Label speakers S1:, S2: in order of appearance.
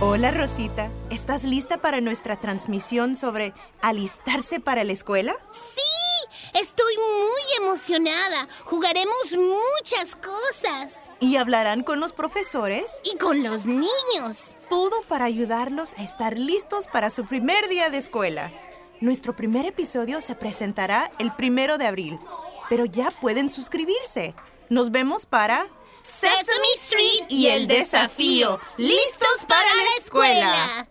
S1: Hola Rosita, ¿estás lista para nuestra transmisión sobre alistarse para la escuela?
S2: Sí, estoy muy emocionada. Jugaremos muchas cosas.
S1: Y hablarán con los profesores
S2: Y con los niños.
S1: todo para ayudarlos a estar listos para su primer día de escuela. Nuestro primer episodio se presentará el primero de abril, pero ya pueden suscribirse. Nos vemos para
S2: Sesame Street y el desafío. ¡Listos para la escuela!